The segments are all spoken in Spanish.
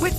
With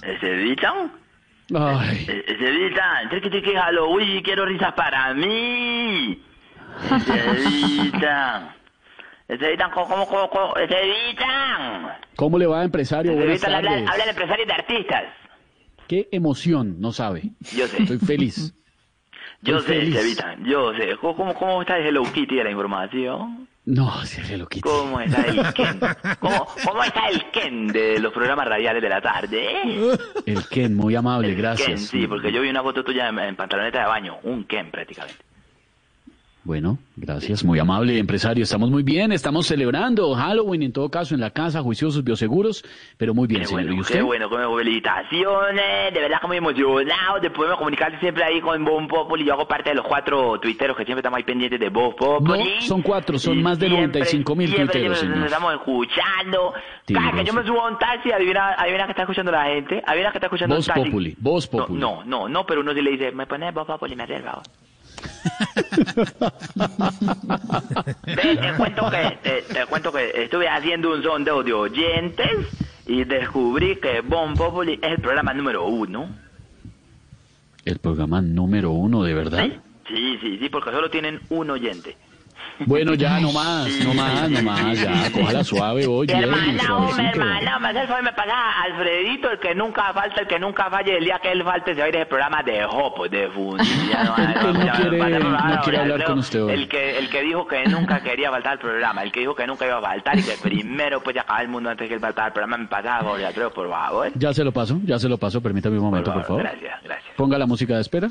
Cevita, Ay, eh, Cevita, triqui triqui Halloween, quiero risas para mí. Cevita, Cevita, co- ¿cómo, cómo, cómo? Cevita, ¿cómo le va, empresario? Buenas Cevita, le habla, tardes. habla el empresario de artistas. Qué emoción, no sabe. Yo sé, Estoy feliz. yo estoy sé, feliz. Cevita, yo sé. ¿Cómo- ¿Cómo, cómo está el Hello Kitty de la información? No, se se lo quita. ¿Cómo está el Ken? ¿Cómo, cómo está el Ken de los programas radiales de la tarde? El Ken, muy amable, Ken, gracias. sí, porque yo vi una foto tuya en, en pantaloneta de baño, un Ken prácticamente. Bueno, gracias, muy amable, empresario. Estamos muy bien, estamos celebrando Halloween, en todo caso, en la casa, juiciosos, bioseguros, pero muy bien, Qué señor. ¿Y bueno, usted? qué bueno, como felicitaciones, de verdad que muy emocionado, te podemos comunicar siempre ahí con Bon Populi, yo hago parte de los cuatro tuiteros que siempre estamos ahí pendientes de Bon Populi. No, son cuatro, son Y más de siempre, 95.000 siempre, tuiteros, siempre señor. Nos estamos escuchando, Tiene cada que yo me razón. subo a un taxi, adivina, adivina que está escuchando la gente, adivina que está escuchando Voz el taxi. Populi, Voz No, Populi. No, no, no, pero uno sí le dice, me pones Voz Populi, me reserva. Ve, te cuento que te, te cuento que estuve haciendo un sondeo de oyentes y descubrí que Bon Populi es el programa número uno. El programa número uno, de verdad. ¿Sí? Sí, sí, sí, porque solo tienen un oyente. Bueno, ya, no más, no más, no más, ya, cójala suave, oye, hermano, mi suavecito. hermano, me hace el favor y me pasa a Alfredito, el que nunca falta, el que nunca falle, el día que él falte se va a ir ese programa de Jopo, de función. Él no quiere- no quiere hablar con usted hoy. El que, el que dijo que nunca quería faltar al programa, el que dijo que nunca iba a faltar y que primero pues acabar el mundo antes que él faltara al programa, me pasaba por Alfredo, por favor. Ya se lo paso, ya se lo paso, permítame un momento, por favor, favor. Gracias, gracias. Ponga la música de espera.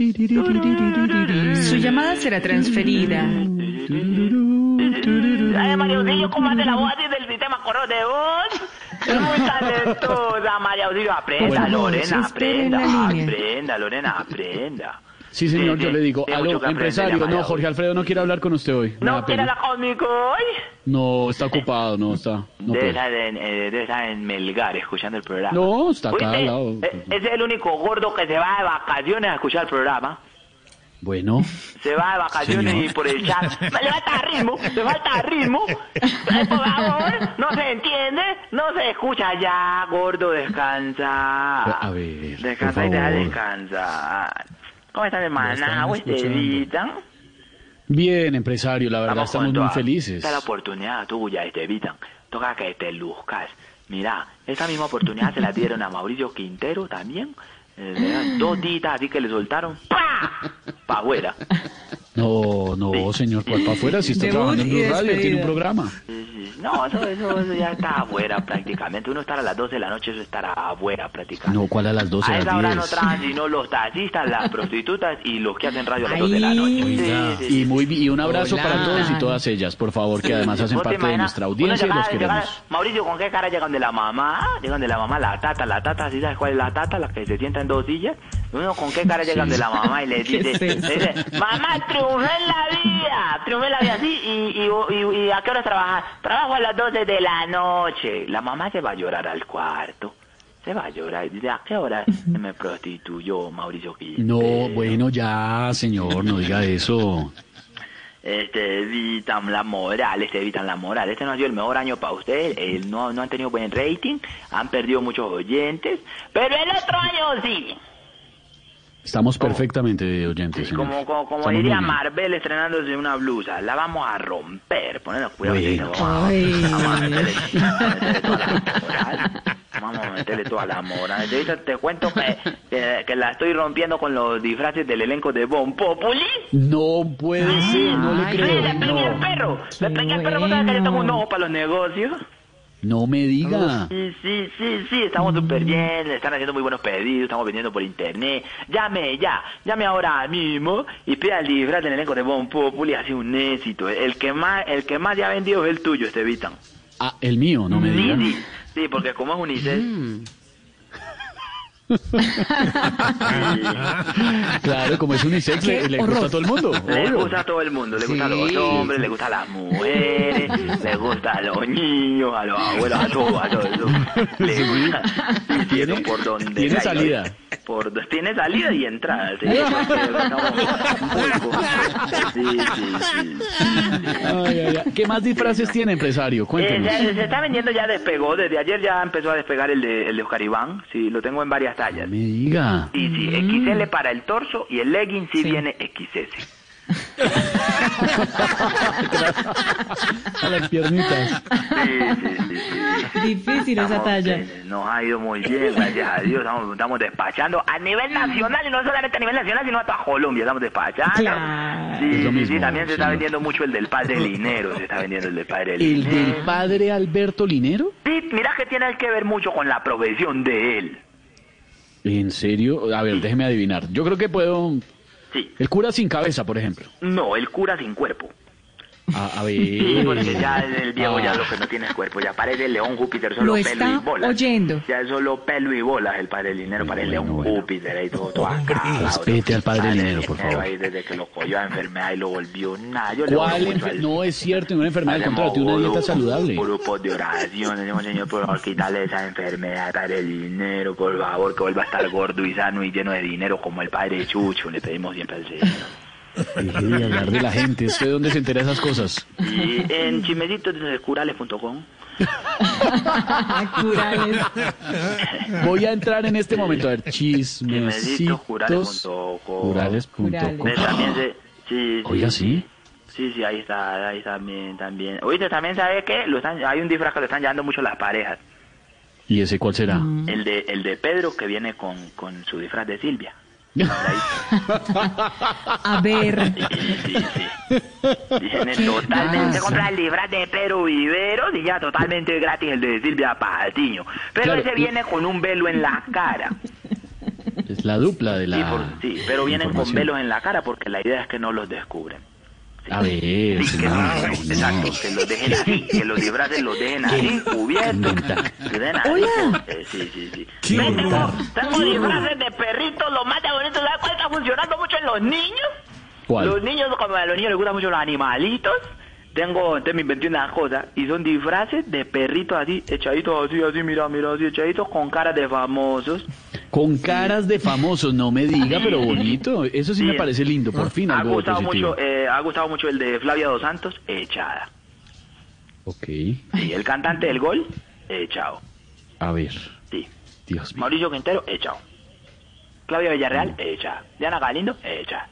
Su llamada será transferida. Ay, María Auxilio, ¿cómo hace la voz así del sistema correo de voz? Es muy talentosa, María Auxilio. Por Aprenda, favor, Lorena, espere en aprenda, la línea. aprenda, Lorena, aprenda. Sí, señor, Sí, yo sí, le digo, sí, mucho aló, que aprender, empresario, no, María Jorge Auxilio. Alfredo no quiere hablar con usted hoy. me da ¿No pena. quiere hablar conmigo hoy? No, está ocupado, no está. No, Debe puede. estar, en, eh, debe estar en Melgar escuchando el programa. No, está acá Oíste, al lado. eh, Ese es el único gordo que se va de vacaciones a escuchar el programa. Bueno, se va de vacaciones Señor. y por el chat. Le falta ritmo, le falta ritmo. Eh, Por favor, no se entiende, no se escucha ya, gordo, descansa. A ver, por Descansa y deja favor. descansar. ¿Cómo están, hermana? están ¿Cómo te escuchando. evitan? bien, empresario, la verdad Vamos estamos con muy toda. felices. Esta es la oportunidad tuya, este Vitan. Toca que te luzcas. Mira, esa misma oportunidad se la dieron a Mauricio Quintero también. Eh, le dan dos ditas así que le soltaron. ¡Pa! Pa' afuera. No, no, señor, cuál para afuera, si está Debut trabajando en y Blue Radio, tiene un despedida. programa. No, eso, eso, eso ya está afuera prácticamente. Uno estar a las 12 de la noche, eso estará afuera prácticamente. No, ¿cuál a las 12 a a esa hora no las 10? trabajan sino los taxistas, las prostitutas y los que hacen radio a las 2 de la Ahí. noche. Oiga. Ah. Y muy bi- y un abrazo Hola. para todos y todas ellas, por favor, que además hacen ¿Vos te parte de imaginas? nuestra Uno audiencia y llegaba- los llegaba- queremos. Mauricio, ¿con qué cara llegan de la mamá? Llegan de la mamá, la tata, la tata, ¿sí sabes cuál es la tata? La que se sienta en dos sillas. Uno, ¿con qué cara llegan Sí. de la mamá? Y le ¿Qué dice, es le eso? dice, mamá, triunfé en la vida, triunfé en la vida, sí, y, y, y- y ¿a qué hora trabajas? Trabajo a las 12 de la noche. La mamá se va a llorar al cuarto. Se va a llorar. y Dice, ¿a qué hora me prostituyó Mauricio Quintero? No, bueno, ya, señor, no diga eso. Este, evitan la moral, este evitan la moral. Este no ha sido el mejor año para ustedes. eh, no, no han tenido buen rating, han perdido muchos oyentes. Pero el otro año sí. Estamos perfectamente de oyentes, señor. Como, como, como Estamos muy diría bien. Marvel estrenándose una blusa, la vamos a romper. Ponernos cuidado. que Bueno. vamos a- vamos a meterle- vamos a meterle toda la moral, Vamos a meterle toda la moral. Yo ahorita te cuento que, que- que la estoy rompiendo con los disfraces del elenco de Bon Populi. No puede ser, no le Ah, Ay, creo. Le pegué al No, perro. Le pegué al perro. ¿Vos bueno. sabés que le tengo un ojo para los negocios? no me diga. Sí, sí, sí, sí. Estamos súper bien. Le están haciendo muy buenos pedidos. Estamos vendiendo por internet. Llame ya. Llame ahora mismo y pida el disfraz del elenco de Bon Populi. Hace un éxito. El que más, el que más ya ha vendido es el tuyo, Estevitan. Mm. Ah, el mío, no me Sí, diga. sí. Sí, porque como es Unicef. Claro, como es unisex, le, le gusta a todo el mundo. Le obvio. gusta a todo el mundo, le gusta a los Sí. hombres, le gusta a las mujeres, le gusta a los niños, a los abuelos, a todo, a todo. eso. Le gusta. Y Tiene- eso por donde tiene caiga. salida. Por, do- tiene salida y entrada. Sí, sí, sí, sí. Ay, ay, ay. ¿Qué más disfraces tiene, empresario? Eh, Cuéntenos. ya- se está vendiendo, ya despegó, desde ayer ya empezó a despegar el de, el de Oscar Iván, sí, lo tengo en varias tallas. Me diga. Sí, sí, XL para el torso y el legging sí, viene XS. A las piernitas. Sí, sí, sí, sí. Difícil esa Estamos, talla. eh, Nos ha ido muy bien, gracias a Dios. Estamos, estamos despachando a nivel nacional, y no solamente a nivel nacional, sino a toda Colombia. Estamos despachando. Claro. Sí, Es lo sí, mismo, sí, también se está señor. vendiendo mucho el del padre Linero. Se está vendiendo el del padre ¿El Linero. del padre Alberto Linero? Sí, mira que tiene que ver mucho con la profesión de él. ¿En serio? A ver, déjeme adivinar. Yo creo que puedo... Sí. El cura sin cabeza, por ejemplo. No, el cura sin cuerpo. A, a Sí, ver... porque ya el, el viejo ya Mm. Ah. lo que no tiene es cuerpo, ya parece el león Júpiter, solo Lo pelo está y bolas. oyendo. Ya es solo pelo y bolas el padre Linero, para el león bueno, bueno. Júpiter, ahí todo, todo acá. Respete Oh, al padre Linero, por favor. Ahí desde que lo cogió la enfermedad y lo volvió nada. Yo le ¿Cuál oro mucho enfer- al- No es cierto, una enfermedad, al Hacemos contrario, tiene una dieta grupo- saludable. Grupos de oración, le decimos, señor, por favor, quítale esa enfermedad, padre el dinero, por favor, que vuelva a estar gordo y sano y lleno de dinero como el padre Chucho, le pedimos siempre al Señor. Deje de hablar de la gente, ¿usted dónde se entera esas cosas? Y en chimecitos de curales.com. Curales. Voy a entrar en este momento, a ver, Chismecitos, chismecitos... jurales.com. jurales.com. Jurales. También se- sí, sí, Oiga, sí. Sí, sí, ahí está, ahí también, también. Oíste, también sabes que lo están, hay un disfraz que lo están llevando mucho las parejas. ¿Y ese cuál será? El de, el de Pedro que viene con, con su disfraz de Silvia. A ver. Sí, sí, sí. Viene totalmente pasa? contra el disfraz de Pedro Viveros y ya totalmente gratis el de Silvia Patiño. Pero Claro, ese y- viene con un velo en la cara. Es la dupla de la. Sí, por- sí, pero vienen con información. velos en la cara porque la idea es que no los descubren. A ver, Sí, que señor, no, no, no. exacto, que los dejen así, que los disfraces los dejen así, cubiertos, que den así. Eh, sí, sí, sí. Ve, tengo, tengo disfraces de perritos, lo más de bonito, ¿sabes cuál está funcionando mucho en los niños? ¿Cuál? Los niños, como a los niños les gustan mucho los animalitos, tengo, entonces me inventé una cosa, y son disfraces de perritos así, echaditos así, así, mira, mira, así, echaditos con caras de famosos. Con caras de famosos, no me diga, pero bonito. Eso sí, Sí. me parece lindo, por fin Ha algo gustado, positivo. mucho, eh, ha gustado mucho el de Flavia Dos Santos, echada. Ok, Sí, el cantante del gol, echado. a ver, Sí. Dios mío. Mauricio Quintero, echado. Claudia Villarreal, hecha. Diana Galindo, hecha.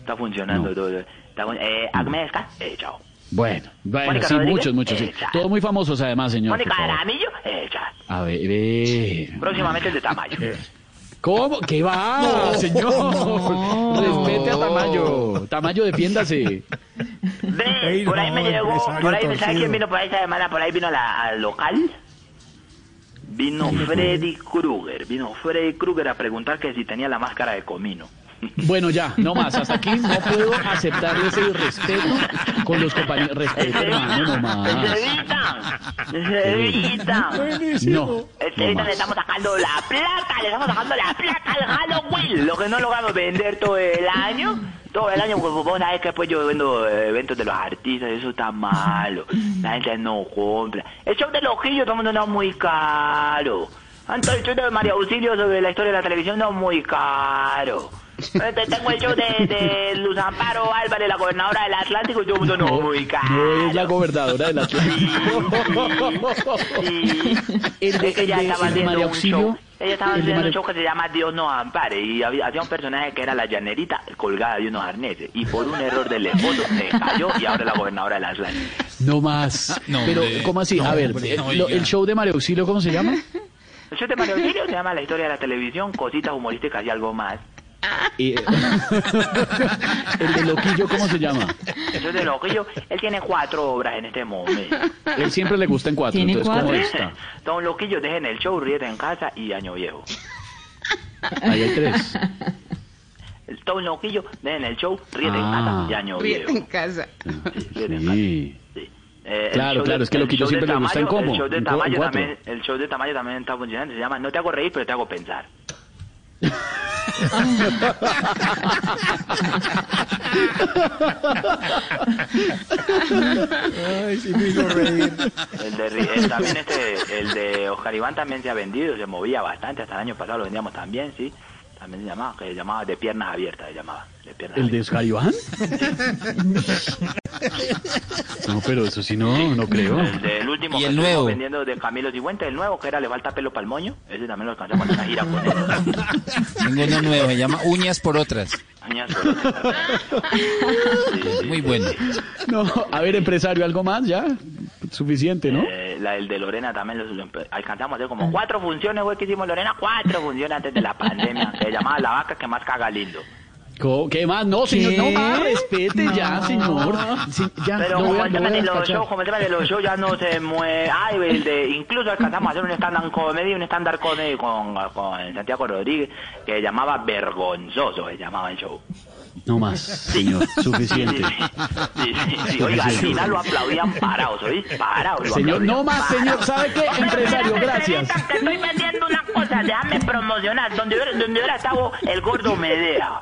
Está funcionando No. todo. Está fun- eh, Agmesca, echado. Bueno, bueno, Mónica sí, Rodríguez, muchos, muchos, sí. esa. Todos muy famosos, además, señor. por Mónica favor. Aramillo, hecha. A ver, eh. Próximamente el de Tamayo. ¿Cómo? ¿Qué va, señor? Respete a Tamayo. Tamayo, defiéndase. Ve, por ahí me llegó, por ahí, ¿sabes quién vino por ahí esta semana? Por ahí vino la, al local. Vino Freddy Krueger, vino Freddy Krueger a preguntar que si tenía la máscara de comino. Bueno, ya, no más. Hasta aquí no puedo aceptarle ese irrespeto con los compañeros. Respeto, hermano, Pues, no más. Cevita, Cevita. No, no Cevita le más. estamos sacando la plata, le estamos sacando la plata al Halloween. Lo que no logramos vender todo el año, todo el año, porque vos sabés que después yo vendo eh, eventos de los artistas, eso está malo. La gente no compra. El show de Loquillo, todo el mundo no es muy caro. Antes el show de María Auxilio sobre la historia de la televisión no es muy caro. Este, Tengo el show de, de Luz Amparo Álvarez, la gobernadora del Atlántico, y todo el mundo no es muy caro. No es la gobernadora del Atlántico. Sí. El de- Es que el ya de- estaba el de haciendo María un Auxilio, show. Ella estaba el de haciendo María- un show que se llama Dios nos ampare y había, hacía un personaje que era la llanerita colgada de unos arneses y por un error del esposo se cayó y ahora es la gobernadora de las Lajas. No más. Pero, ¿cómo así? A ver, el, lo- el show de Mario Auxilio, ¿cómo se llama? El show de Mario Auxilio se llama La historia de la televisión, cositas humorísticas y algo más. Eh, el de Loquillo, ¿cómo se llama? El show de Loquillo, él tiene cuatro obras en este momento. Él siempre le gusta en cuatro. ¿Tiene entonces, ¿cómo cuatro? está? Don Loquillo, dejen el show, ríete en casa y año viejo. Ahí hay tres. El Don Loquillo, dejen el show, ríete en Ah. casa y año viejo. casa. Sí, ríete en casa. Sí. Sí. Eh, el Claro, show claro, es que lo el que yo show siempre de le gusta en Tamayo- combo, El show, de en co- en tamaño cuatro. también, el show de Tamayo también está funcionando. Se llama No te hago reír, pero te hago pensar. Ay, sí me hizo reír. El de, Ri- el también este, el de Oscar Iván también se ha vendido, se movía bastante. Hasta el año pasado lo vendíamos también, sí. También se llamaba, que se llamaba De Piernas Abiertas, se llamaba. De piernas ¿El de abiertas. Oscar Iván? No, pero eso sí no, no creo. El del último ¿Y que el estuvimos nuevo? vendiendo de Camilo Cifuentes, el nuevo que era Le falta pelo pa'l moño, ese también lo alcanzamos a hacer una gira con él. Ninguno nuevo, se llama Uñas por Otras. Uñas por otras. Sí, sí, Muy sí, bueno. sí. No, a ver, empresario, algo más ya. Suficiente, ¿no? Eh, la del de Lorena también los- lo empe- alcanzamos a hacer Ah. como cuatro funciones, güey, que hicimos Lorena, cuatro funciones antes de la pandemia. Se llamaba la vaca que más caga lindo. Co- ¿Qué más? No, señor, no ¿Qué? más, respete ya, No. señor. Sí, Ah, ya, Pero no voy como a- el no tema voy a de los despachar. shows, como el tema de los shows ya no se mueve. Ay, el de, incluso alcanzamos a hacer un stand-up comedy, un stand-up comedy con, con Santiago Rodríguez, que se llamaba Vergonzoso, se llamaba el show. No más, señor, suficiente. Sí, sí, sí. Oiga, al final lo aplaudían parados, ¿oís? Parados. lo Señor, aplaudían no más, señor, ¿sabe qué? Hombre, Empresario, espérate, gracias. Estrellita, Que estoy vendiendo una cosa, déjame promocionar. Donde hubiera, donde hubiera estado el gordo Medea.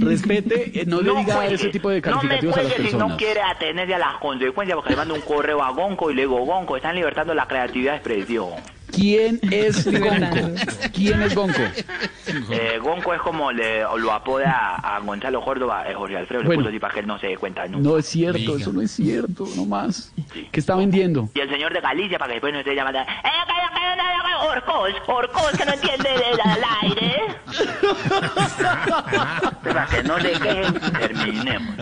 Respete, eh, no le diga cuelgue, ese tipo de no me calificativos a las cuelgue si no personas. quiere atenerse a las consecuencias porque le mando un correo a Gonco y le digo, Gonco, están libertando la creatividad de expresión. ¿Quién es Gonco? Libertando. ¿Quién es Gonco? Eh, Gonco es como le, lo apoda a Gonzalo Córdoba, eh, Jorge Alfredo, Bueno. le puso así para que él no se dé cuenta nunca. No es cierto, Oiga. eso no es cierto, no más. ¿Qué está vendiendo? Y el señor de Galicia, para que después no esté llamando. ¡Eh, calla, calla, calla, calla! Orcos, Orcos, que no entiende el, el aire. para que no le quejen, terminemos.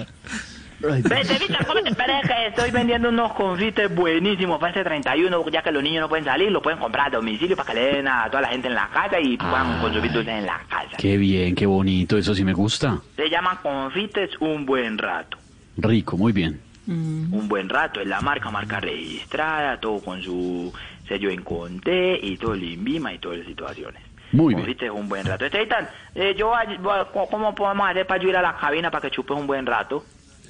Ay, Vete, Víctor, cómete, espera, que estoy vendiendo unos confites buenísimos para este 31, ya que los niños no pueden salir, lo pueden comprar a domicilio para que le den a toda la gente en la casa y puedan consumir dulces en la casa. Ah. Qué bien, qué bonito, eso sí me gusta. Se llama Confites Un Buen Rato. Rico, muy bien. un buen rato en la marca, marca registrada, todo con su sello en Conté y todo el INVIMA y todas las situaciones. Muy bien. Cogiste un buen rato. Esteitan, eh, yo, ay- voy a- ¿cómo podemos hacer para yo ir a la cabina para que chupes un buen rato?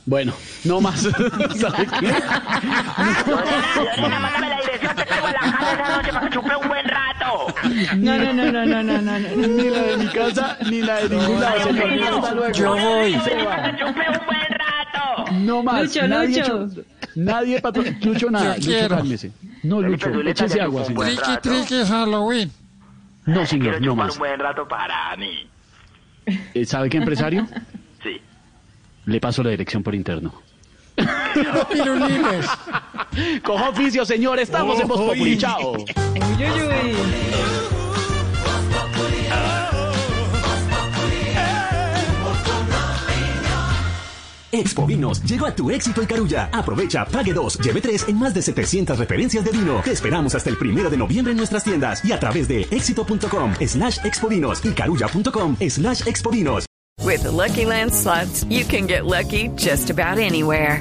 Bueno, no más. ¿Sabe qué? Lorena, Lorena, mándame la dirección, te traigo a la casa esa noche para que chupes un buen rato. No, no, no, no, no, no, no, no. Ni la de mi casa, ni la de ningún lado, señor. Hasta luego. Yo voy. Vení para que chupes un buen rato. No más. Lucho, nadie Lucho. chu- nadie patro... Lucho nada. Yo Lucho, quiero. cálmese. No, Felipe Lucho, Zuleta échese ya agua, chupó un señor. buen Triqui, rato. triqui, Halloween. No, Quiero señor, no chupar un más. buen rato para mí. Eh, ¿Sabe qué, empresario? Sí. Le paso la dirección por interno. Pirulitos. Cojo oficio, señor. Estamos en Voz Populi. Chao. Uy, uy, uy. Expo Vinos llegó a tu éxito en Carulla. Aprovecha, pague dos, lleve tres en más de 700 referencias de vino. Te esperamos hasta el primero de noviembre en nuestras tiendas y a través de éxito.com slash expovinos y carulla.com slash expovinos. With the Lucky Land slots, you can get lucky just about anywhere.